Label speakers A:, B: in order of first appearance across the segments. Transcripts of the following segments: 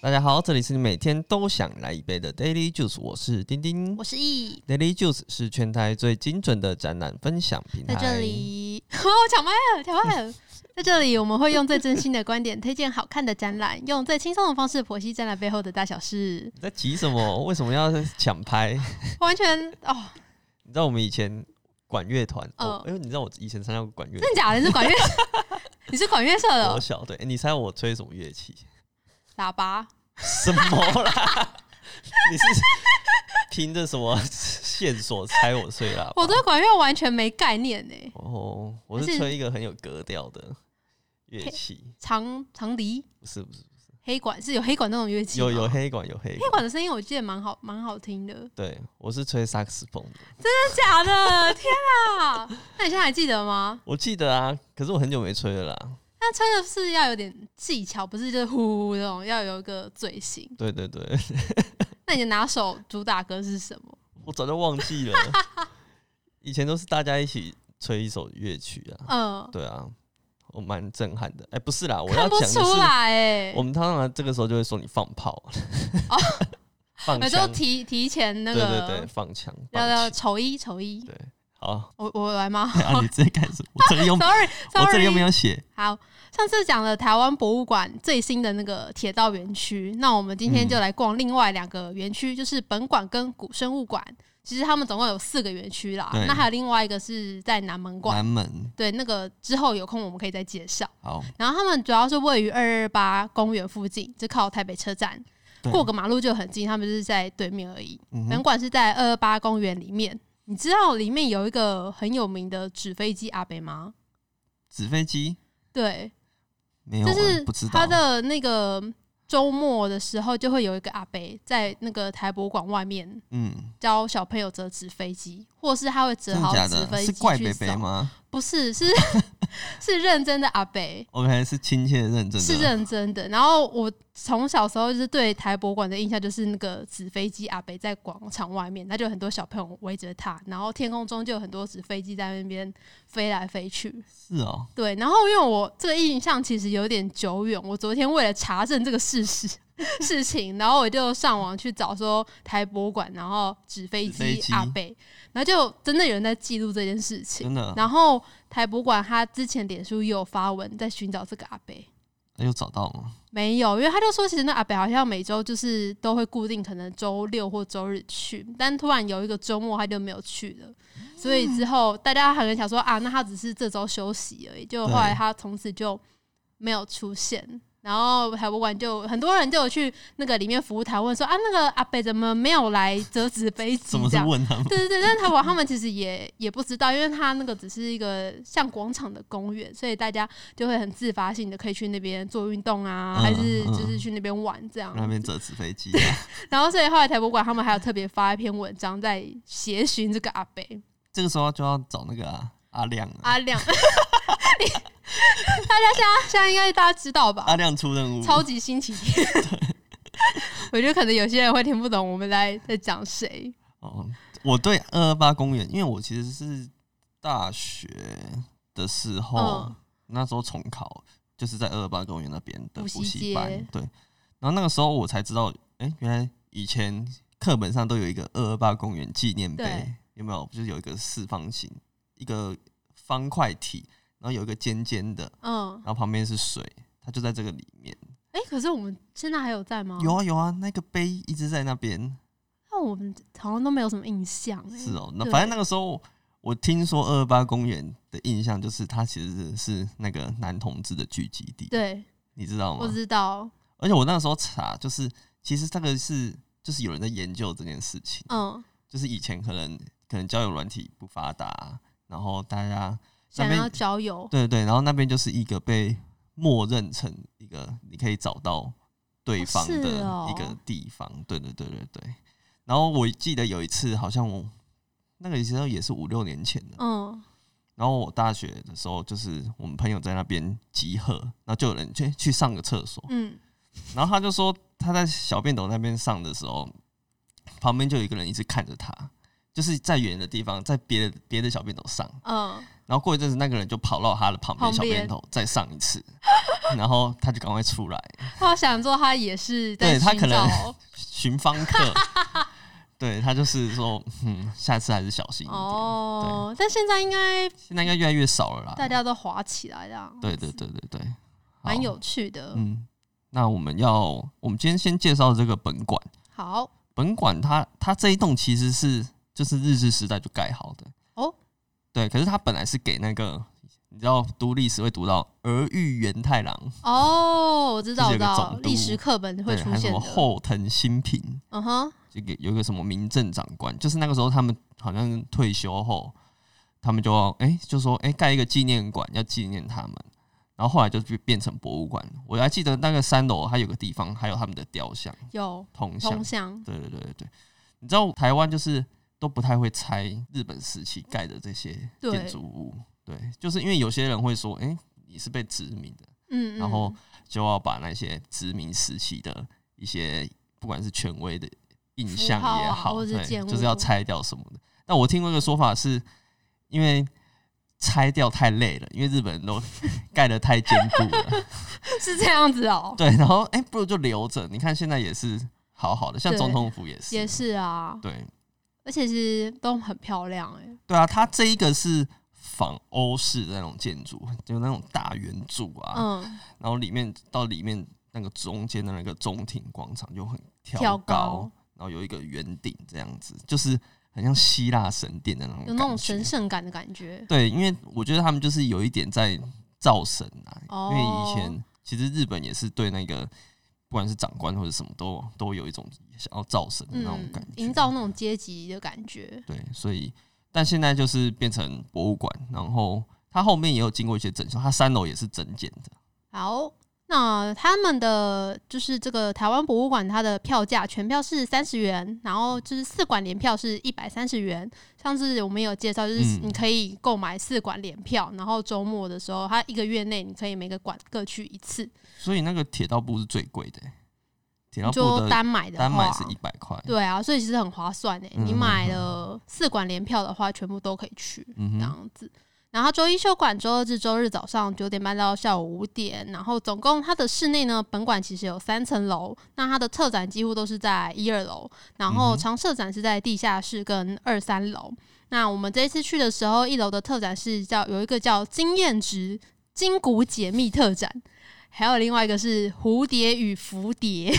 A: 大家好，这里是你每天都想来一杯的 Daily Juice，我是丁丁
B: 我。是易，
A: Daily Juice 是全台最精准的展览分享平台，
B: 在这里， 哦，抢麦了，抢麦了。在这里，我们会用最真心的观 点推荐好看的展览，用最轻松的方式剖析展览背后的大小 事。
A: 你在急什么？为什么要抢拍？
B: 完全哦，
A: 你知道我们以前管乐团，哦因
B: 嗯，
A: 为你知道我以前参加过管乐
B: 真的假的？你是管乐， 你是管乐社
A: 国
B: 的哦
A: 小对、诶你猜我吹什么乐器？
B: 喇叭？
A: 什么啦？ 你是凭着什么线索猜我吹啦？
B: 我对管乐完全没概念呢、欸
A: 哦，我是
B: 还是
A: 吹一个很有格调的乐器，
B: 长长笛、
A: 不是不是，
B: 黑管是有哦黑管那种乐器吗，
A: 有有黑管有黑
B: 黑
A: 管，
B: 管的声音，我记得蛮好，蛮好听的。真
A: 对我是吹萨克斯风的，
B: 的假的？ 天啊！那你现在还记得吗？
A: 我记得啊，可是我很久没吹了啦。
B: 那吹的是要有点技巧，不是就是呼呼呼那种，要有一个嘴型。
A: 对对对，
B: 那你的拿手主打歌是什么？
A: 我早就忘记了， 以前都是大家一起吹一首乐曲啊，
B: 嗯，
A: 对啊，我蛮震撼的。哎、不是啦，我要
B: 看不
A: 讲的
B: 出
A: 是，
B: 来哎、
A: 我们通常这个时候就会说你放炮，
B: 哦
A: 放
B: 我就
A: 枪，
B: 提提前那
A: 对
B: 个
A: 对对，放枪，
B: 要
A: 放
B: 要
A: 枪，
B: 丑一丑一，
A: 对，好，
B: 我我来吗
A: 啊，你这干什么？我这里又我
B: ？Sorry
A: 这里又没
B: Sorry，
A: 有写，
B: 好，上次讲了台湾博物馆最新的那个铁道园区，那我们今天
A: 嗯
B: 就来逛另外两个园区，就是本馆跟古生物馆。其实他们总共有四个园区啦
A: 对，
B: 那还有另外一个是在南门馆，
A: 南门
B: 对，那个之后有空我们可以再介绍。
A: 好，
B: 然后他们主要是位于二二八公园附近，就靠台北车站，
A: 对
B: 过个马路就很近。他们就是在对面而已。
A: 嗯
B: 本
A: 哼，
B: 馆是在二二八公园里面，你知道里面有一个很有名的纸飞机阿北吗？
A: 纸飞机
B: 对，
A: 没有啊，
B: 就是
A: 不知道
B: 他的那个周末的时候，就会有一个阿北在那个台博馆外面
A: 嗯，
B: 教小朋友折纸飞机，或是他会折
A: 真的
B: 好
A: 假
B: 纸
A: 的？
B: 飞
A: 是
B: 机
A: 怪
B: 去
A: 北北
B: 送？
A: 吗
B: 不是，是 是认真的阿北。
A: ？OK，是哦亲切认真的，啊
B: 是认真的。然后我从小时候就是对台博馆的印象就是那个纸飞机阿北在广场外面，那就有很多小朋友围着他，然后天空中就有很多纸飞机在那边飞来飞去。
A: 是哦，
B: 对，然后因为我这个印象其实有点久远，我昨天为了查证这个事实 事情，然后我就上网去找说台博馆，然后纸飞
A: 纸飞
B: 机
A: 机
B: 阿北，然后就真的有人在记录这件事情。
A: 真的，啊
B: 然后台博馆他之前脸书也有发文在寻找这个阿北。
A: 哎有找到吗？
B: 没有，因为他就说，其实那阿北好像每周就是都会固定，可能周六或周日去，但突然有一个周末他就没有去了，所以之后大家可能想说啊，那他只是这周休息而已，就后来他从此就没有出现。然后海博馆就很多人就有去那个里面服务台问说啊，那个阿北怎么没有来折纸飞机
A: 怎么是
B: 这样？
A: 问他们？
B: 对对对，但是台湾他们其实也也不知道，因为它那个只是一个像广场的公园，所以大家就会很自发性的可以去那边做运动啊，
A: 嗯
B: 还是就是
A: 嗯
B: 去那边玩这样。
A: 那边折纸飞机，
B: 然后所以后来台博馆他们还有特别发一篇文章在协寻这个阿北
A: 这个时候就要找那个啊阿亮啊，
B: 阿亮，你 大家现在现在应该大家知道吧？
A: 阿亮出任务，
B: 超级星期天。 我觉得可能有些人会听不懂我们在在讲谁，
A: 哦，我对二二八公园，因为我其实是大学的时候，
B: 嗯
A: 那时候重考，就是在二二八公园那边的补
B: 补习
A: 习
B: 街
A: 班，对。然后那个时候我才知道，哎、原来以前课本上都有一个二二八公园纪念碑
B: 对，
A: 有没有？就是有一个四方形，一个方块体，然后有一个尖尖的，
B: 嗯，
A: 然后旁边是水，它就在这个里面。
B: 哎、可是我们现在还有在吗？
A: 有啊有啊，那个碑一直在那边。
B: 那我们好像都没有什么印象、欸。
A: 是哦，那
B: 对
A: 反正那个时候我听说二二八公园的印象就是它其实是那个男同志的聚集地，
B: 对，
A: 你知道
B: 我
A: 吗？
B: 知道。
A: 而且我那时候查，就是其实这个是就是有人在研究这件事情，
B: 嗯，
A: 就是以前可能可能交友软体不发达，然后大家那
B: 想
A: 边
B: 要交友，
A: 对对，然后那边就是一个被默认成一个你可以找到对
B: 哦
A: 方
B: 是
A: 的
B: 哦
A: 一个地方。对对对对对。然后我记得有一次，好像我那个时候也是五六年前的。
B: 嗯，
A: 然后我大学的时候，就是我们朋友在那边集合，然后就有人去去上个厕所，
B: 嗯，
A: 然后他就说他在小便斗那边上的时候，旁边就有一个人一直看着他，就是在远的地方，在别的别的小便斗上。
B: 嗯，
A: 然后过一阵子，那个人就跑到他的旁边
B: 旁
A: 小
B: 边
A: 便头再上一 次，然后他就赶快出来
B: 他想说他也是在
A: 对他
B: 寻
A: 可能
B: 找
A: 寻方 客。对他就是说，嗯，下次还是小心一点。
B: 哦，但现在应该
A: 现在应该越来越少了
B: 大
A: 啦。
B: 家都滑起来了，
A: 对对对对对，好
B: 蛮有趣的。
A: 嗯。那我们要，我们今天先介绍这个本馆。
B: 好，
A: 本馆它它这一栋其实是就是日治时代就盖好的
B: 哦，
A: 对，可是它本来是给那个你知道读历史会读到儿玉源太郎，
B: 哦，我知道，
A: 就
B: 我
A: 是有个
B: 知道
A: 总，督
B: 历史课本会
A: 对，
B: 出
A: 还有什
B: 现
A: 么
B: 的。
A: 后藤新平，
B: 嗯哼，
A: 这个有一个什么民政长官，就是那个时候他们好像退休后，他们就要哎、就说哎盖、一个纪念馆要纪念他们，然后后来就变变成博物馆。我还记得那个三楼还有个地方还有他们的雕像
B: 有
A: 铜像
B: 通，向
A: 对对对对对，你知道台湾就是都不太会拆日本时期盖的这些
B: 对
A: 建筑物，对，就是因为有些人会说，哎、你是被殖民的，
B: 嗯，嗯
A: 然后就要把那些殖民时期的一些不管是权威的印象
B: 符号啊
A: 也好，
B: 或者是
A: 对，
B: 建
A: 就是要
B: 物
A: 拆掉什么的。但我听过一个说法是，因为拆掉太累了，因为日本人都 盖得太坚固了。
B: 嗯 是这样子哦，
A: 对，然后哎、诶不如就留着。你看现在也是好好的，像
B: 对
A: 总统府也是，
B: 也是啊，
A: 对
B: 而且其实都很漂亮哎，
A: 对啊。它这一个是仿欧式的那种建筑，就那种大圆柱啊，
B: 嗯，
A: 然后里面到里面那个中间的那个中庭广场就很挑
B: 挑
A: 高
B: 高，
A: 然后有一个圆顶这样子，就是很像希腊神殿的那种
B: 有那种
A: 感觉
B: 神圣感的感觉。
A: 对，因为我觉得他们就是有一点在造神啊，
B: 哦
A: 因为以前其实日本也是对那个不管是长官或者什么都都有一种想要造神的那种
B: 嗯
A: 感，觉，
B: 营造那种阶级的感觉，
A: 对，所以但现在就是变成博物馆，然后它后面也有经过一些整修，它三楼也是整建的，
B: 好，那他们的就是这个台湾博物馆，它的票价全票是三十元，然后就是四馆联票是一百三十元。上次我们有介绍，就是
A: 嗯
B: 你可以购买四馆联票，然后周末的时候，它一个月内你可以每个馆各去一次，
A: 所以那个铁道部是最贵的、铁道部
B: 你就
A: 的
B: 单买的话，
A: 单买是一百块，
B: 对啊，所以其实很划算诶。你
A: 嗯
B: 买了四馆联票的话，全部都可以去。
A: 嗯
B: 这
A: 哼，
B: 样子。然后周一休馆，周二至周日早上九点半到下午五点。然后总共它的室内呢，本馆其实有三层楼，那它的特展几乎都是在一二楼，然
A: 嗯
B: 后
A: 哼
B: 常设展是在地下室跟二三楼。那我们这一次去的时候，一楼的特展是叫有一个叫“经验值筋骨解密特展”，还有另外一个是“蝴蝶与蝴蝶”，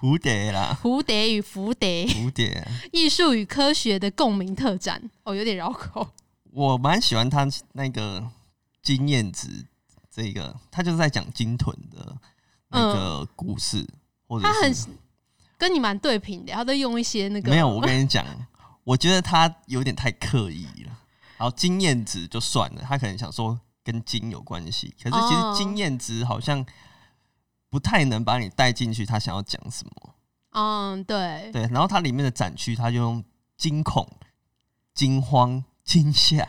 A: 蝴蝶啦，
B: 蝴蝶与蝴蝶，
A: 蝴蝶，
B: 艺术与科学的共鸣特展。哦，有点绕口。
A: 我蛮喜欢他那个经验值，这个他就是在讲鲸豚的那个故事，或者
B: 他嗯很
A: 是
B: 跟你蛮对平的，他都用一些那个
A: 没有。我跟你讲，我觉得他有点太刻意了。然后经验值就算了，他可能想说跟鲸有关系，可是其
B: 哦
A: 实经验值好像不太能把你带进去，他想要讲什么？
B: 嗯，对，
A: 对，然后它里面的展区，它就用惊恐、惊慌、惊 吓。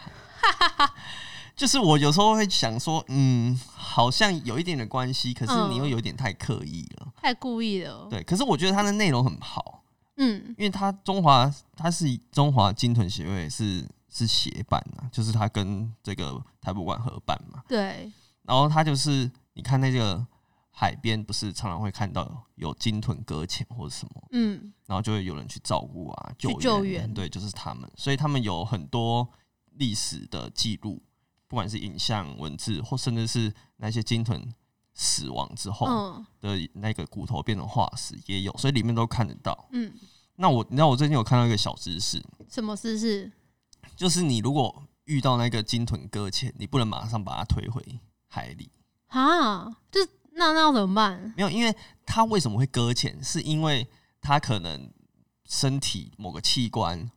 A: 就是我有时候会想说，嗯，好像有一点的关系，可是你又
B: 嗯哦
A: 有点太刻意了。
B: 太故意了。
A: 对，可是我觉得它的内容很好，
B: 嗯，
A: 因为它中华它是中华金豚协会是是协办啊，就是它跟这个台博馆合办嘛。
B: 对，
A: 然后它就是你看那个海边，不是常常会看到有金豚搁浅或者什么，
B: 嗯，
A: 然后就会有人去照顾啊，
B: 去
A: 援，
B: 救援
A: 对，就是他们，所以他们有很多历史的记录，不管是影像、文字，或甚至是那些鲸豚死亡之后
B: 嗯，
A: 的那个骨头变成化石也有，所以里面都看得到。
B: 嗯，
A: 那我你知道我最近有看到一个小知识，
B: 什么姿势？
A: 就是你如果遇到那个鲸豚搁浅，你不能马上把它推回海里，
B: 啊，就是那那要怎么办？
A: 没有，因为它为什么会搁浅，是因为它可能身体某个器官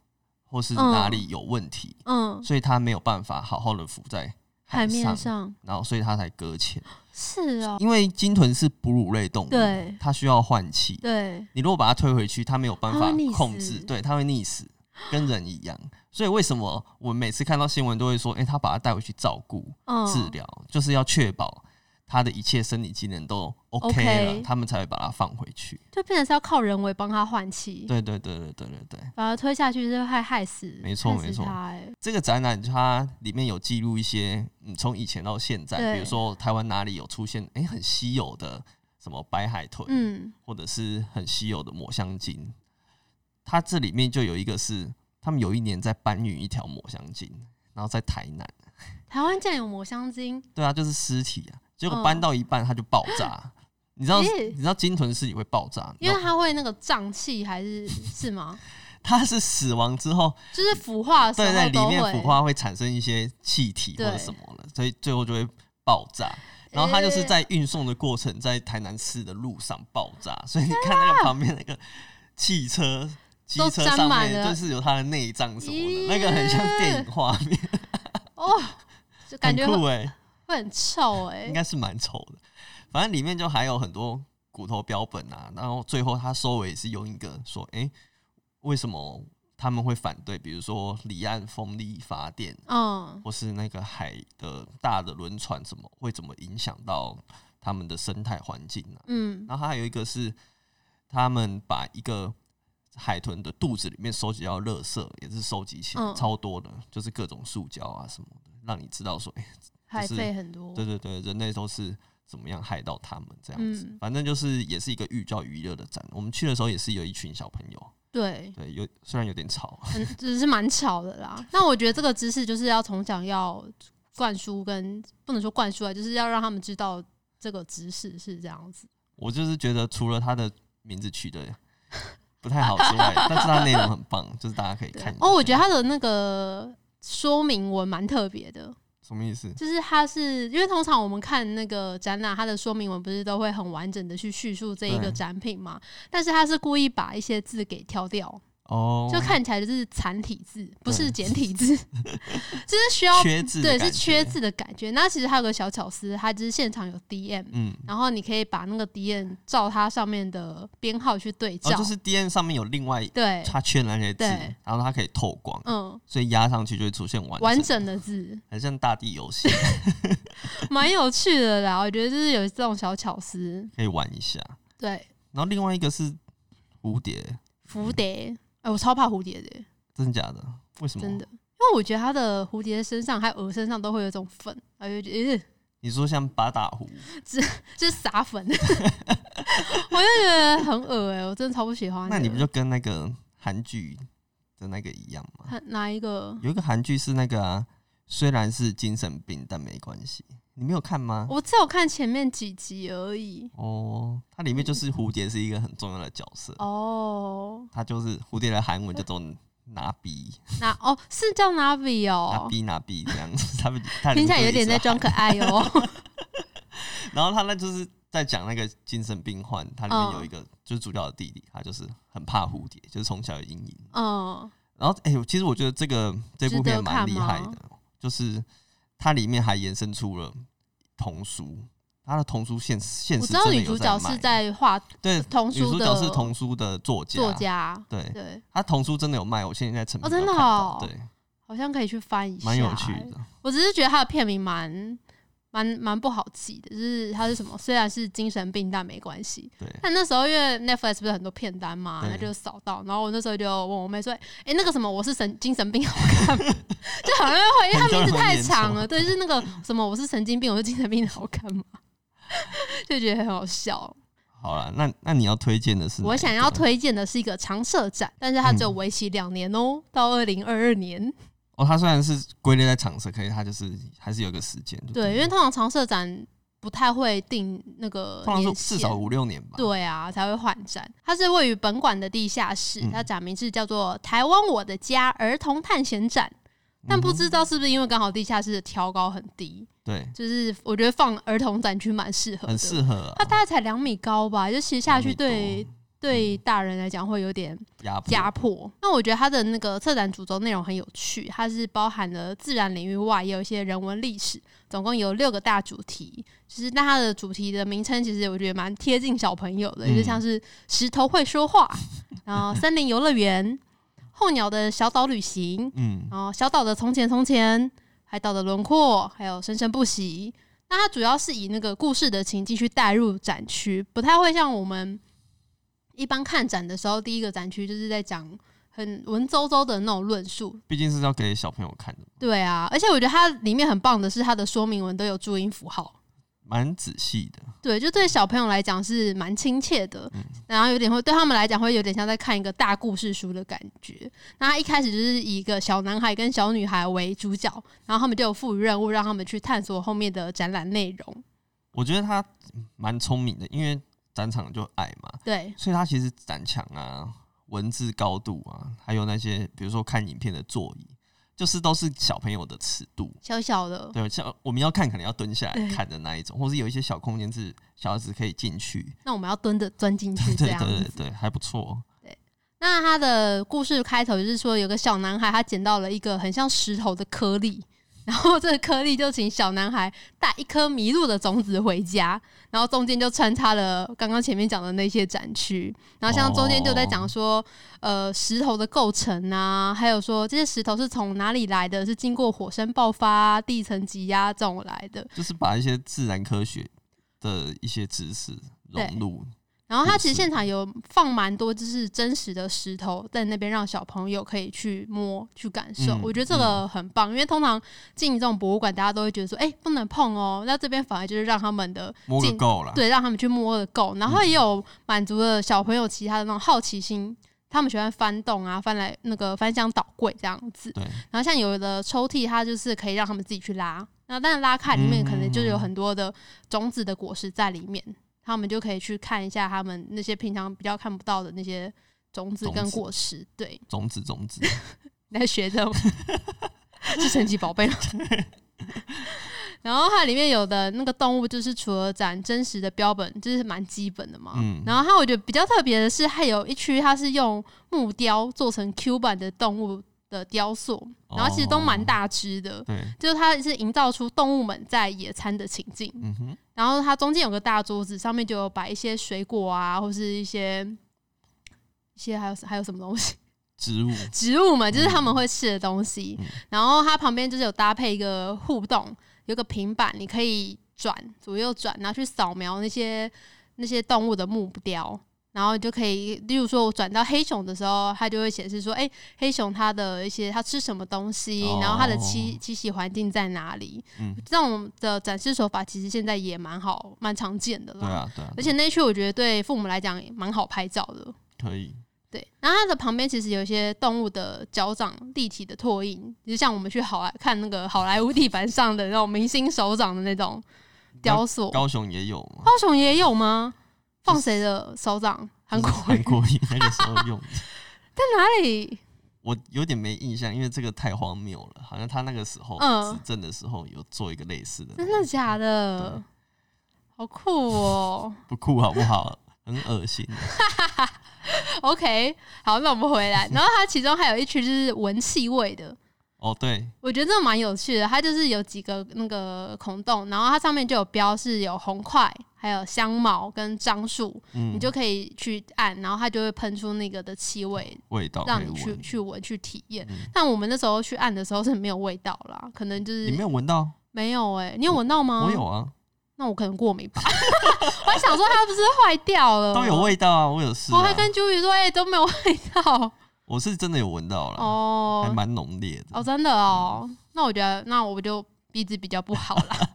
A: 或是哪里有问题，
B: 嗯，
A: 所以它没有办法好好的浮在
B: 海面
A: 上，
B: 上
A: 然后所以它才搁浅。
B: 是哦，
A: 因为鲸豚是哺乳类动物，
B: 对
A: 它需要换气。
B: 对，
A: 你如果把它推回去，它没有办
B: 它
A: 法
B: 会溺
A: 控制，
B: 死
A: 对，它会溺死，跟人一样。所以为什么我每次看到新闻都会说，哎、他把它带回去照顾、
B: 嗯，
A: 治疗，就是要确保他的一切生理机能都 OK 了
B: OK
A: 他们才会把它放回去。
B: 就变成是要靠人为帮他换气，
A: 对对对对对对对，
B: 把他推下去是害害死，
A: 没错
B: 害死
A: 没错
B: 他欸
A: 这个展览它里面有记录一些，嗯，从以前到现在，
B: 对
A: 比如说台湾哪里有出现，哎、很稀有的什么白海豚，
B: 嗯，
A: 或者是很稀有的抹香鲸。它这里面就有一个是，他们有一年在搬运一条抹香鲸，然后在台南，
B: 台湾竟然有抹香鲸，
A: 对啊，就是尸体啊，结果
B: 嗯
A: 搬到一半它就爆 炸。你知道，
B: 咦
A: 你知道鲸豚尸体会爆炸，
B: 因为
A: 然后
B: 它会那个胀气还是是吗？
A: 它是死亡之后，
B: 就是腐化的时
A: 对
B: 候
A: 对，里
B: 都
A: 面腐
B: 会，
A: 化会产生一些气体或者
B: 对
A: 什么了，所以最后就会爆炸。然后它就是在运送的过程，在台南市的路上爆炸，所以你看那个旁边那个汽车。机
B: 都
A: 车
B: 沾
A: 上
B: 满
A: 面
B: 了
A: 就是有它的内脏什么
B: 咦
A: 的，那个很像电影画 面，
B: 哦，就感觉
A: 很
B: 会
A: 酷哎、
B: 会很臭哎
A: 应，该是蛮丑的。反正里面就还有很多骨头标本啊，然后最后他收尾是用一个说，哎、为什么他们会反对？比如说离岸风力发电，啊
B: 嗯，
A: 或是那个海的大的轮船什么会怎么影响到他们的生态环境呢、
B: 嗯，
A: 然后还有一个是他们把一个海豚的肚子里面收集到垃圾，也是收集起来、
B: 嗯
A: 超多的，就是各种塑胶啊什么的，让你知道说，哎、
B: 海
A: 是
B: 费很多，
A: 对对对，人类都是怎么样害到他们这样子。
B: 嗯，
A: 反正就是也是一个寓教于乐的展。我们去的时候也是有一群小朋友，
B: 对，
A: 对，有虽然有点吵，
B: 嗯，只是蛮吵的啦。那我觉得这个知识就是要从小要灌输跟，不能说灌输啊，就是要让他们知道这个知识是这样子。
A: 我就是觉得除了他的名字取得不太好之外，但是他内容很棒，就是大家可以
B: 对
A: 看一下。
B: 哦，我觉得他的那个说明文蛮特别的，
A: 什么意思？
B: 就是它是因为通常我们看那个展览，它的说明文不是都会很完整的去叙述这一个
A: 对
B: 展品嘛？但是他是故意把一些字给挑掉，
A: 哦，
B: 就看起来就是残体字，不是
A: 对
B: 简 体字，就是需要
A: 缺字的
B: 对
A: 感
B: 是缺
A: 觉，
B: 字的感觉。那其实还有个小巧思，它就是现场有 DM，
A: 嗯。
B: 然后你可以把那个 DM 照它上面的编号去对照，
A: 哦，就是 D N 上面有另外
B: 对，
A: 它缺了那些字
B: 对，
A: 然后它可以透光，
B: 嗯，
A: 所以压上去就会出现完
B: 完
A: 整，
B: 整的字，
A: 很像大地游戏，
B: 蛮有趣的啦。我觉得就是有这种小巧思，
A: 可以玩一下。
B: 对，
A: 然后另外一个是蝴蝶，
B: 蝴蝶，哎、我超怕蝴蝶的、
A: 真的假的？为什么？
B: 真的，因为我觉得它的蝴蝶身上还有鹅身上都会有一种粉，哎呦，呃
A: 你说像八大湖，
B: 就是 撒粉，我就觉得很恶哎、我真的超不喜欢的。
A: 那你不就跟那个韩剧的那个一样吗？
B: 看哪一个？
A: 有一个韩剧是那个、啊，虽然是精神病，但没关系。你没有看吗？
B: 我只有看前面几集而已。
A: 哦，它里面就是蝴蝶是一个很重要的角色，
B: 哦，
A: 它就是蝴蝶的韩文叫做拿比
B: 那哦是叫 Navi
A: 拿
B: 哦，
A: 比拿比这样 子，它们它里
B: 听
A: 面
B: 起
A: 就是
B: 来有点
A: 一直
B: 在装可爱哦。
A: 然后他那就是在讲那个精神病患，他里面
B: 嗯
A: 有一个、就是主角的弟弟，他就是很怕蝴蝶，就是从小有阴影。
B: 嗯，
A: 然后哎、我其实我觉得这个这部
B: 值
A: 片
B: 得
A: 蛮
B: 看
A: 厉害
B: 吗
A: 的，就是它里面还延伸出了童书，它的童书现 现
B: 我
A: 实
B: 知
A: 真
B: 道
A: 的
B: 女
A: 有
B: 主角
A: 卖
B: 是在画
A: 对
B: 童
A: 女
B: 书
A: 主
B: 的
A: 角是童书的作家，
B: 作家，
A: 对，
B: 对，
A: 他童书真的有卖，我现在在成品
B: 哦真
A: 有
B: 的
A: 看到
B: 哦
A: 对，
B: 好像可以去翻一下，
A: 蛮有趣的。
B: 我只是觉得他的片名蛮蛮蛮不好记的，就是他是什么？虽然是精神病，但没关系。
A: 对，
B: 但那时候因为 Netflix 不是很多片单嘛，
A: 对
B: 那就扫到。然后我那时候就问我妹说：“哎、那个什么，我是神精神病好看吗？” 就好像会，因为他名字太长了，对，就是那个什么，我是神经病，我是精神病好看吗？ 就觉得很好笑。
A: 好了，那那你要推荐的是哪
B: 我
A: 一
B: 想要
A: 个
B: 推荐的是一个常设展，但是它只有
A: 嗯
B: 为期两年哦、到二零二二年。
A: 哦，它虽然是归类在常识，可是它就是还是有一个时间，
B: 对，因为通常常设展不太会定那个
A: 通常
B: 年
A: 是
B: 限
A: 至少五六年吧。
B: 对啊，才会换展。它是位于本馆的地下室，
A: 嗯
B: 它展名是叫做“台湾我的家儿童探险展”，
A: 嗯
B: 但不知道是不是因为刚好地下室的挑高很低，
A: 对，
B: 就是我觉得放儿童展区蛮适合
A: 很
B: 的。
A: 适合
B: 它
A: 啊，
B: 大概才两米高吧，就其实下
A: 两
B: 去
A: 米多嗯
B: 对对大人来讲会有点
A: 压迫
B: 压迫。那我觉得它的那个策展主轴内容很有趣，它是包含了自然领域外，也有一些人文历史，总共有六个大主题。就是那它的主题的名称，其实我觉得蛮贴近小朋友的，
A: 嗯
B: 就像是石头会说话，然后森林游乐园， 候鸟的小岛旅行，
A: 嗯，
B: 哦然后小岛的从前从前，海岛的轮廓，还有生生不息。那它主要是以那个故事的情境去带入展区，不太会像我们一般看展的时候，第一个展区就是在讲很文绉绉的那种论述，
A: 毕竟是要给小朋友看的，
B: 对啊，而且我觉得它里面很棒的是，它的说明文都有注音符号，
A: 蛮仔细的。
B: 对，就对小朋友来讲是蛮亲切的，
A: 嗯
B: 然后有点会对他们来讲会有点像在看一个大故事书的感觉。那它一开始就是以一个小男孩跟小女孩为主角，然后他们就有赋予任务，让他们去探索后面的展览内容。
A: 我觉得他蛮聪明的，因为展场就矮嘛，
B: 对，
A: 所以他其实展墙啊、文字高度啊，还有那些比如说看影片的座椅，就是都是小朋友的尺度。
B: 小小的，
A: 对，像我们要看，可能要蹲下
B: 对
A: 来看的那一种，或是有一些小空间是小孩子可以进去。
B: 那我们要蹲着钻进去
A: 对
B: 这
A: 对
B: 样
A: 对
B: 子
A: 对。对，还不错。
B: 那他的故事开头就是说，有个小男孩他捡到了一个很像石头的颗粒，然后这个颗粒就请小男孩带一颗麋鹿的种子回家，然后中间就穿插了刚刚前面讲的那些展区，然后像中间就在讲说，呃，石头的构成啊，还有说这些石头是从哪里来的，是经过火山爆发啊、地层挤压这种来的，
A: 就是把一些自然科学的一些知识
B: 对
A: 融入。
B: 然后他
A: 故
B: 其
A: 事
B: 实现场有放蛮多就是真实的石头在那边，让小朋友可以去摸、去感受。
A: 嗯
B: 我觉得这个很棒，因为通常进这种博物馆，大家都会觉得说，哎、不能碰哦。那这边反而就是让他们的
A: 摸个
B: 进
A: 够了。
B: 对，让他们去摸的够，然后也有满足了小朋友其他的那种好奇心。他们喜欢翻动啊，翻来那个翻箱倒柜这样子。
A: 对
B: 然后像有的抽屉，它就是可以让他们自己去拉。那但是拉开里面可能就是
A: 嗯
B: 有很多的种子的果实在里面，他们就可以去看一下他们那些平常比较看不到的那些种子跟
A: 种子
B: 果实。对，
A: 种子种子，
B: 你在 学的吗？是神奇宝贝吗？然后它里面有的那个动物，就是除了展真实的标本，就是蛮基本的嘛。
A: 嗯
B: 然后它我觉得比较特别的是，它有一区它是用木雕做成 Q 版的动物的雕塑，
A: 哦
B: 然后其实都蛮大只的，
A: 对，
B: 就是它是营造出动物们在野餐的情境。
A: 嗯哼，
B: 然后它中间有个大桌子，上面就有摆一些水果啊，或是一些一些还有还有什么东西，
A: 植物
B: 植物
A: 嗯
B: 们，就是他们会吃的东西。然后它旁边就是有搭配一个互动，有个平板，你可以转左右转，然后去扫描那些那些动物的目标。然后你就可以，例如说，我转到黑熊的时候，它就会显示说，哎、黑熊它的一些它吃什么东西，
A: 哦
B: 然后它的栖栖息环境在哪里。
A: 嗯
B: 这种的展示手法其实现在也蛮好，蛮常见的啦。
A: 对啊对啊，
B: 而且那一区我觉得对父母来讲也蛮好拍照的。
A: 可以，
B: 对，然后它的旁边其实有一些动物的脚掌立体的拓印，就像我们去好莱看那个好莱坞地板上的那种明星手掌的那种雕塑。
A: 高雄也有嘛，
B: 高雄也有吗？放谁的手掌？韩国
A: 韩国语那个时候用的，
B: 哪里？
A: 我有点没印象，因为这个太荒谬了。好像他那个时候
B: 嗯
A: 执政的时候有做一个类似的，
B: 真的假的？好酷哦
A: 不酷啊好不好？很恶心，
B: ！OK，好，那我们回来。然后它其中还有一区就是闻气味的，
A: 哦，对，
B: 我觉得这蛮有趣的，它就是有几个那个孔洞，然后它上面就有标示有红块、还有香茅跟樟树，
A: 嗯，
B: 你就可以去按，然后它就会喷出那个的气味，
A: 味道
B: 让
A: 可以
B: 你去
A: 闻，
B: 去闻去体验。
A: 嗯
B: 但我们那时候去按的时候是没有味道啦，可能就是
A: 你没有闻到？
B: 没有哎、你有闻到吗？
A: 我有，啊，
B: 那我可能过敏吧。 我还想说它不是坏掉了，
A: 都有。味道啊，我有试
B: 我还
A: 啊，
B: 跟 j u 说，哎、都没有味 道
A: 我是真的有闻到了，
B: 哦
A: 还蛮浓烈的
B: 哦，。真的哦，那我觉得那我就鼻子比较不好啦。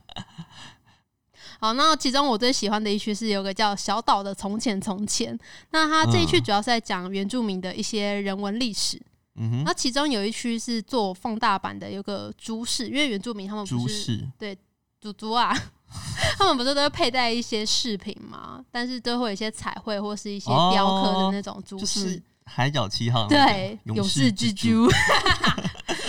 B: 好，那其中我最喜欢的一区是有个叫小岛的从前从前，那它这一区主要是在讲原住民的一些人文历史。
A: 嗯哼，
B: 那其中有一区是做放大版的，有个猪市，因为原住民他们
A: 猪
B: 不是
A: 市
B: 猪猪啊， 他们不是都会佩戴一些饰品嘛，但是都会有一些彩绘或是一些雕刻的那种猪
A: 就
B: 饰。
A: 是海角七号那个
B: 对，
A: 啊勇
B: 勇
A: 士
B: 士
A: 之
B: 蜘蛛。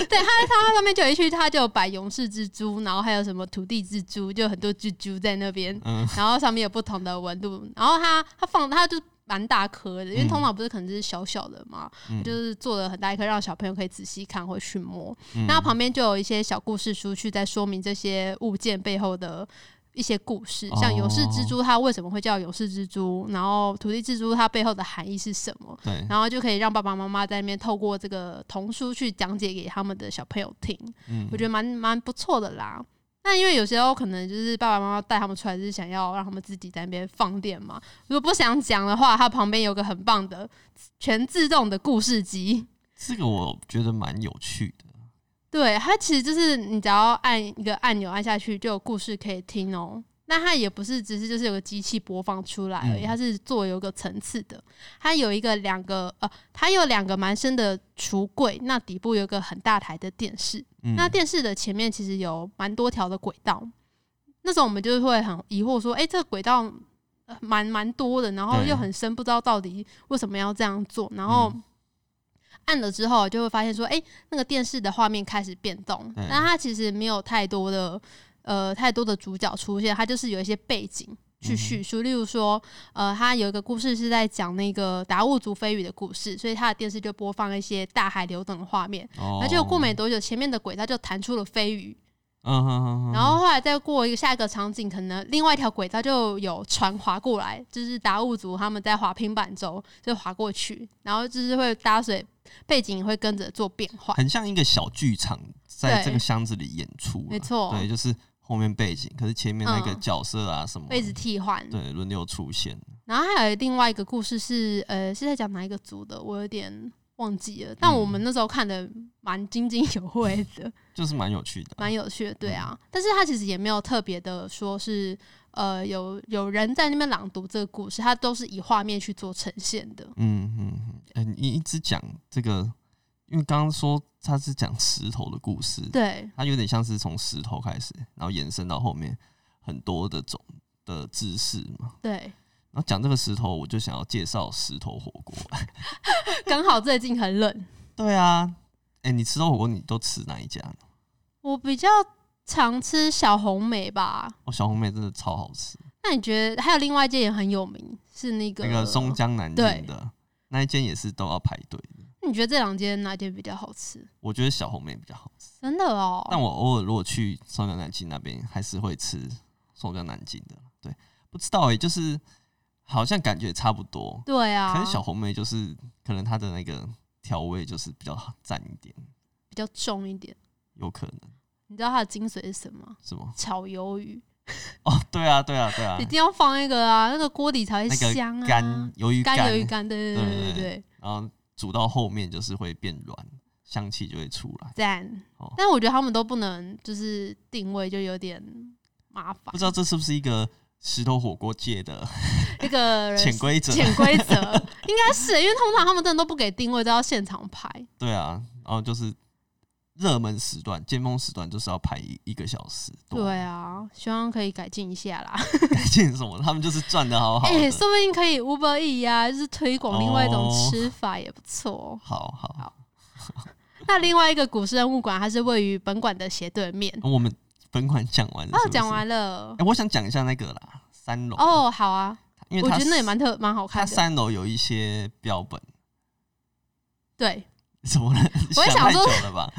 B: 对，它它上面就有一区，它就有摆勇士蜘蛛，然后还有什么土地蜘蛛，就很多蜘蛛在那边，
A: 嗯
B: 然后上面有不同的纹路，然后它它放它就蛮大颗的，因为
A: 嗯
B: 通常不是可能就是小小的嘛，
A: 嗯
B: 就是做的很大一颗，让小朋友可以仔细看或去摸。
A: 嗯
B: 那旁边就有一些小故事书去在说明这些物件背后的。一些故事，像勇士
A: 哦
B: 蜘蛛，它为什么会叫勇士蜘蛛？然后土地蜘蛛，它背后的含义是什么？
A: 对，
B: 然后就可以让爸爸妈妈在那边透过这个童书去讲解给他们的小朋友听，
A: 嗯
B: 我觉得蛮蛮不错的啦。那因为有时候可能就是爸爸妈妈带他们出来，就是想要让他们自己在那边放电嘛。如果不想讲的话，它旁边有个很棒的全自动的故事机，
A: 这个我觉得蛮有趣的。
B: 对，它其实就是你只要按一个按钮按下去，就有故事可以听哦、那它也不是只是就是有个机器播放出来而已，
A: 嗯
B: 它是做有个层次的。它有一个两个呃，它有两个蛮深的橱柜，那底部有一个很大台的电视。
A: 嗯，
B: 那电视的前面其实有蛮多条的轨道，那时候我们就是会很疑惑说，哎、这个轨道呃蛮蛮多的，然后
A: 对嗯
B: 又很深，不知道到底为什么要这样做，然后。按了之后，就会发现说，哎、那个电视的画面开始变动，
A: 对
B: 但它其实没有太多的呃太多的主角出现，它就是有一些背景
A: 嗯
B: 去叙述。例如说，呃，它有一个故事是在讲那个达悟族飞鱼的故事，所以它的电视就播放一些大海流动的画面。
A: 哦
B: 而且过没，多久，前面的轨道就弹出了飞鱼，
A: 嗯哼哼哼，
B: 然后后来再过一个下一个场景，可能另外一条轨道就有船划过来，就是达悟族他们在划平板舟，就划过去，然后就是会搭水，背景也会跟着做变化，
A: 很像一个小剧场，在
B: 对
A: 这个箱子里演出啦，
B: 没错
A: 对，就是后面背景，可是前面那个
B: 嗯
A: 角色啊什么，
B: 位置替换。
A: 对轮流出现，
B: 然后还有另外一个故事是，呃，是在讲哪一个族的，我有点忘记了，但
A: 嗯
B: 我们那时候看的蛮津津有味的。
A: 就是蛮有趣的啊。
B: 蛮有趣的，对啊。但是他其实也没有特别的说是呃有有人在那边朗读这个故事，他都是以画面去做呈现的。
A: 嗯嗯嗯，哎，你一直讲这个，因为刚刚说他是讲石头的故事，
B: 对，
A: 它有点像是从石头开始，然后延伸到后面很多的种的知识嘛。
B: 对，
A: 然后讲这个石头，我就想要介绍石头火锅。
B: 刚好最近很冷，
A: 对啊，哎、你吃到火锅你都吃哪一家呢？
B: 我比较常吃小红莓吧。
A: 哦，小红妹真的超好吃，
B: 那你觉得还有另外一间也很有名，是那个
A: 那个松？江南京的那一间也是都要排队的。
B: 那你觉得这两间哪间比较好吃？
A: 我觉得小红妹比较好吃，
B: 真的哦，
A: 但我偶尔如果去松江南京那边，还是会吃松江南京的。对，不知道哎、就是好像感觉差不多，
B: 对啊，
A: 可是小红莓就是可能它的那个调味就是比较淡一点，
B: 比较重一点。
A: 有可能
B: 你知道它的精髓是什么？
A: 是吗？
B: 炒鱿鱼，
A: 哦，对啊，对啊，对啊
B: 一，定要放那个啊，那个锅底才会
A: 那个
B: 香啊。
A: 干鱿鱼
B: 干
A: 干
B: 鱿，鱼干，对对
A: 对
B: 对对
A: 对
B: 对，
A: 然后煮到后面就是会变软，香气就会出来。
B: 赞
A: 哦。
B: 但我觉得他们都不能就是定位，就有点麻烦
A: 不。知道这是不是一个石头火锅界的
B: 那 个
A: 潜规则？
B: 潜规则 应该是，因为通常他们真的都不给定位，都要现场排。
A: 对啊，然后就是热门时段、尖峰时段就是要排一一个小时多。
B: 对，啊，希望可以改进一下啦。
A: 改进什么？他们就是赚的好好
B: 哎、
A: 的。
B: 说不定可以 Uber E 呀、就是推广另外一种
A: 哦
B: 吃法也不错。
A: 好好，
B: 那另外一个古诗人物馆，它是位于本馆的斜对面。
A: 那我们分款讲完了
B: 哦
A: 哦是，不
B: 讲
A: 是
B: 完了。
A: 哎、我想讲一下那个啦，三楼，
B: 哦，好啊，
A: 因为
B: 我
A: 它
B: 觉得那也
A: 是
B: 蛮特蛮好
A: 它
B: 看的。
A: 三楼有一些标本，
B: 对，
A: 怎么了？
B: 我也想
A: 太久
B: 说
A: 了 吧？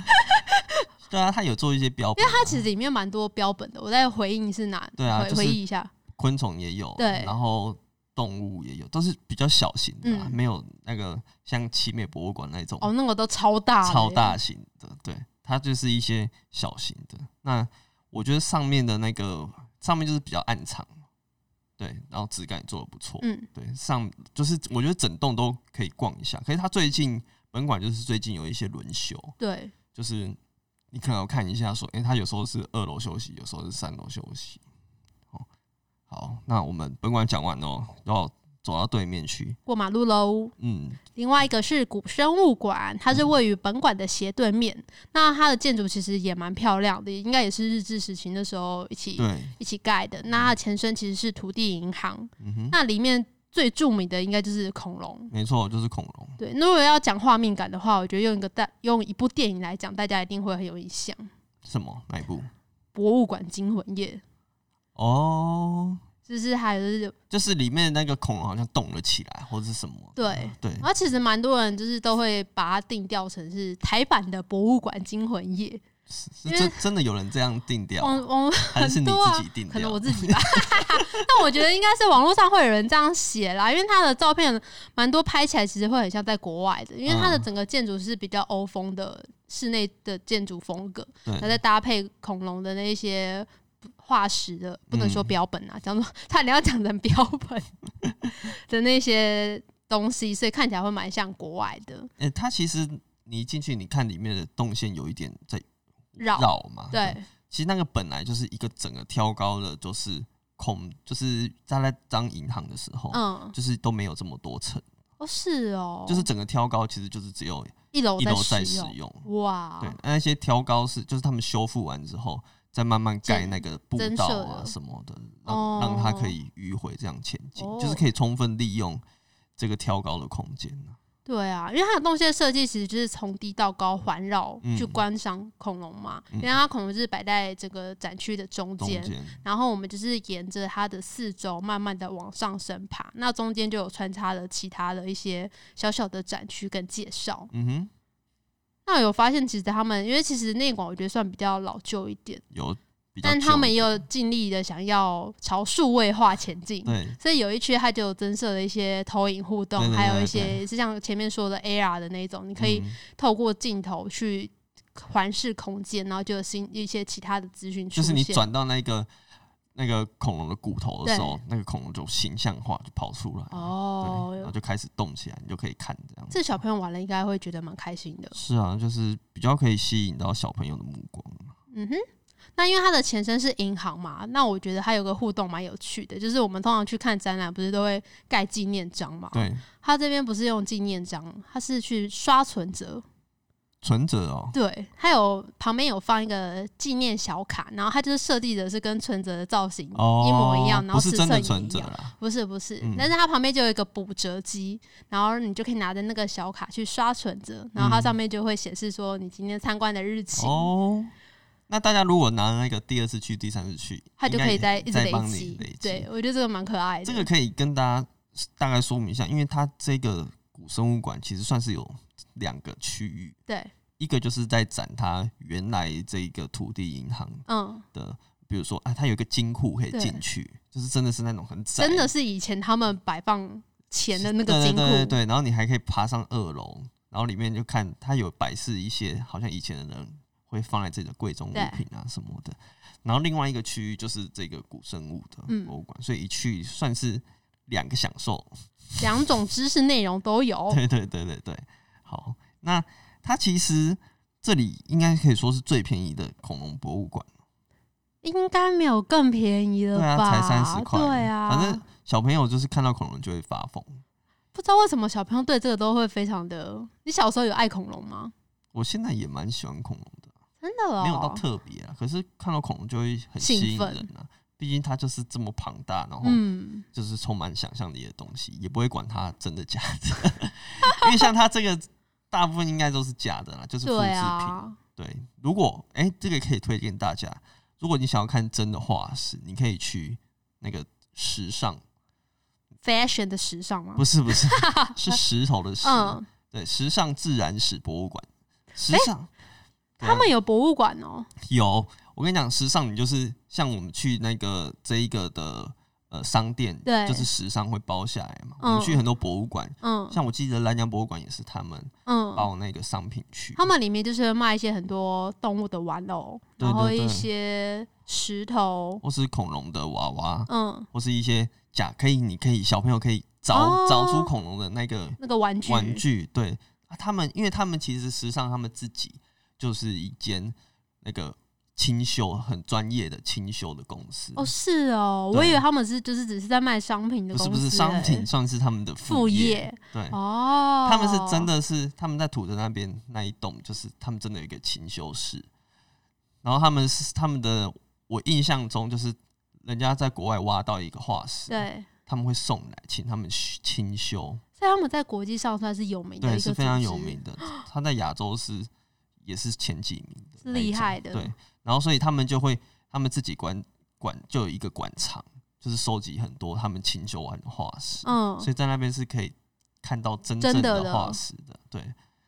A: 对啊，它有做一些标本啊，
B: 它其实里面蛮多标本的，我再回应是哪？
A: 对啊
B: 回
A: 就是
B: 回忆一下。
A: 昆虫也有，
B: 对
A: 然后动物也有，都是比较小型的、啊，
B: 嗯
A: 没有那个像奇美博物馆那种
B: 哦，那个都超大的欸，
A: 超大型的。对，它就是一些小型的。那我觉得上面的那个上面就是比较暗藏，对，然后质感也做的不错，
B: 嗯，
A: 对，上就是我觉得整栋都可以逛一下。可是它最近本馆就是最近有一些轮休，
B: 对，
A: 就是你可能要看一下说，诶，它有时候是二楼休息，有时候是三楼休息。哦，好，那我们本馆讲完哦，要走到对面去。
B: 过马路喽。
A: 嗯，
B: 另外一个是古生物馆，它是位于本馆的斜对面。那它的建筑其实也蛮漂亮的，应该也是日治时期那时候一起
A: 对，
B: 一起盖的。那它的前身其实是土地银行，
A: 嗯哼，
B: 那里面最著名的应该就是恐龙。
A: 没错，就是恐龙。
B: 对，那如果要讲画面感的话，我觉得用一个大用一部电影来讲，大家一定会很有印象，《
A: 什么？哪一部？
B: 博物馆惊魂夜》，
A: 哦，
B: 就是还有就是
A: 就是里面那个恐龙好像动了起来，或者是什么？
B: 对啊
A: 对，
B: 然后其实蛮多人就是都会把它定调成是台版的《博物馆惊魂夜
A: 是
B: 因为
A: 真真的有人这样定》掉，
B: 网网
A: 还是你
B: 多啊
A: 自己定
B: 可能
A: 掉
B: 我？自己吧， 但我觉得应该是网络上会有人这样写啦，因为它的照片蛮多拍起来其实会很像在国外的，因为它的
A: 嗯
B: 整个建筑是比较欧风的室内的建筑风格，
A: 对
B: 然后再搭配恐龙的那些化石的，不能说
A: 嗯
B: 标本啊，讲说差点要讲成标本的那些东西，所以看起来会蛮像国外的
A: 哎、它其实你一进去，你看里面的动线有一点在
B: 绕。
A: 绕嘛。，
B: 对，
A: 其实那个本来就是一个整个挑高的，就是空，就是他在当银行的时候，
B: 嗯，
A: 就是都没有这么多层，
B: 哦是哦，
A: 就是整个挑高其实就是只有
B: 一楼
A: 一楼在使
B: 使用，
A: 用。
B: 哇，
A: 对，那些挑高是就是他们修复完之后，再慢慢盖
B: 建
A: 那个步
B: 增
A: 道
B: 设
A: 啊
B: 的
A: 什么的，让、
B: 哦
A: 让它可以迂回这样前进，就是
B: 哦
A: 可以充分利用这个挑高的空间啊、
B: 对啊，因为它的动线设计其实就是从低到高环绕
A: 嗯
B: 去观赏恐龙嘛，
A: 嗯
B: 因为它恐龙就是摆在整个展区的中
A: 中
B: 间，
A: 间
B: 然后我们就是沿着它的四周慢慢的往上升爬，那中间就有穿插了其他的一些小小的展区跟介绍。
A: 嗯哼，
B: 那有发现，其实他们因为其实内馆我觉得算比较老旧一点，
A: 有比较旧
B: 但
A: 一点，
B: 他们也有尽力的想要朝数位化前进。
A: 对
B: 所以有一区它就有增设了一些投影互动，
A: 对对对
B: 还有一
A: 对
B: 些是像前面说的 AR 的那一种，你可以
A: 嗯
B: 透过镜头去环视空间，然后就有新一些其他的资讯出
A: 就
B: 现。
A: 是你转到那个那个恐龙的骨头的时候，那个恐龙就形象化就跑出来了，对，然后
B: 哦，
A: 就开始动起来，你就可以看这样。
B: 这小朋友玩了应该会觉得蛮开心的。
A: 是啊，就是比较可以吸引到小朋友的目光。
B: 嗯哼。那因为它的前身是银行嘛，那我觉得它有个互动蛮有趣的，就是我们通常去看展览，不是都会盖纪念章嘛？
A: 对，
B: 它这边不是用纪念章，它是去刷存折。
A: 存折哦，
B: 对，它有旁边有放一个纪念小卡，然后它就是设计的是跟存折的造型
A: 哦，
B: 一模一样，然
A: 不
B: 后
A: 是
B: 尺
A: 真
B: 寸也
A: 的
B: 一
A: 存折
B: 样。
A: 啦，
B: 不是不是，
A: 嗯
B: 但是它旁边就有一个补折机，然后你就可以拿着那个小卡去刷存折，然后它
A: 嗯
B: 上面就会显示说你今天参观的日期，
A: 哦。那大家如果拿那个第二次去、第三次去，
B: 它就可以
A: 应该
B: 再
A: 也
B: 一直
A: 再帮你
B: 积
A: 累积。。
B: 对，我觉得这个蛮可爱的。
A: 这个可以跟大家大概说明一下，因为它这个古生物馆其实算是有两个区域，
B: 对，
A: 一个就是在展它原来这个土地银行
B: 嗯，
A: 的，比如说啊，它有一个金库可以进去，就是真的是那种很窄，
B: 真的是以前他们摆放钱的那个
A: 对
B: 金
A: 对对对
B: 库，
A: 对，然后你还可以爬上二楼，然后里面就看它有摆饰一些好像以前的人会放在这里的贵重物
B: 对
A: 品啊什么的。然后另外一个区域就是这个古生物的
B: 嗯哦
A: 博物馆，所以一去算是两个享受。
B: 两种知识内容都 有。
A: 对对对对对，好，那它其实这里应该可以说是最便宜的恐龙博物馆，
B: 应该没有更便宜了
A: 对啊，
B: 吧？
A: 才三十块，
B: 对啊，
A: 反正小朋友就是看到恐龙就会发疯。
B: 不知道为什么小朋友对这个都会非常的。你小时候有爱恐龙吗？
A: 我现在也蛮喜欢恐龙的，
B: 真的哦，
A: 没有到特别啊，可是看到恐龙就会很
B: 兴
A: 吸引
B: 奋
A: 人啊，毕竟它就是这么庞大，然后
B: 嗯，
A: 就是充满想象力的东西，也不会管它真的假的， 因为像它这个大部分应该都是假的 啦，就是复制
B: 对
A: 品。
B: 啊，
A: 对，如果哎、这个可以推荐大家，如果你想要看真的化石，你可以去那个时尚，
B: ，fashion 的时尚吗
A: 不？是不 是，是啊石头的石，
B: 嗯，
A: 对，时尚自然史博物馆，时尚、对啊
B: 他们有博物馆哦，
A: 有，我跟你讲，时尚你就是像我们去那个这一个的呃商店，
B: 对
A: 就是时尚会包下来嘛，我们去
B: 嗯
A: 很多博物馆。
B: 嗯
A: 像我记得蓝洋博物馆也是他们
B: 嗯，
A: 包那个商品区，
B: 他们里面就是会卖一些很多动物的玩偶，
A: 对
B: 然后
A: 对对
B: 一些石头，
A: 或是恐龙的娃娃，
B: 嗯，
A: 或是一些假可以，你可以小朋友可以找、
B: 哦
A: 找出恐龙的那个
B: 那个玩具，
A: 玩具，对啊，他们因为他们其实时尚他们自己就是一间那个清修很专业的清修的公司，
B: 哦，是哦，
A: 对
B: 我以为他们是就是只是在卖商品的
A: 不
B: 公
A: 是
B: 司，
A: 不是商品
B: 欸
A: 算是他们的
B: 副
A: 业，
B: 业
A: 对。
B: 哦，
A: 他们是真的是他们在土城那边那一栋，就是他们真的有一个清修室，然后他们是他们的，我印象中就是人家在国外挖到一个化石，
B: 对，
A: 他们会送来请他们去清修，
B: 所以他们在国际上算是有名的一
A: 对，
B: 个
A: 是非常
B: 组
A: 有
B: 织
A: 名的，他在亚洲是也是前几名的
B: 是
A: 那一种，
B: 厉害的
A: 对，然后所以他们就会他们自己管管就有一个馆藏，就是收集很多他们清修完的化石，
B: 嗯
A: 所，以在那边是可以看到真
B: 真
A: 正
B: 的
A: 的
B: 的
A: 化石的。对，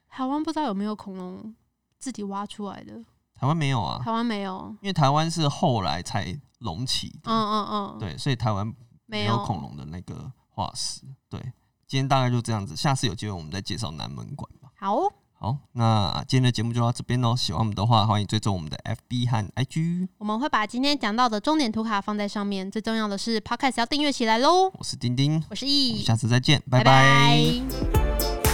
B: 台湾不知道有没有恐龙自己挖出来的，
A: 台湾没有啊，
B: 台湾没有。
A: 因为台湾是后来才隆起
B: 嗯
A: 的，
B: 嗯嗯，，
A: 啊对，所以台湾
B: 没
A: 有恐。龙的那个化石。对，今天大概就这样子，下次有机会我们再介绍南门馆吧。
B: 好，
A: 好，那今天的节目就到这边喽。喜欢我们的话，欢迎追踪我们的 FB 和 IG。
B: 我们会把今天讲到的重点图卡放在上面，最重要的是 Podcast 要订阅起来喽。
A: 我是丁丁，
B: 我是
A: 我们
B: 易，
A: 下次再见，拜
B: 拜
A: 拜
B: 拜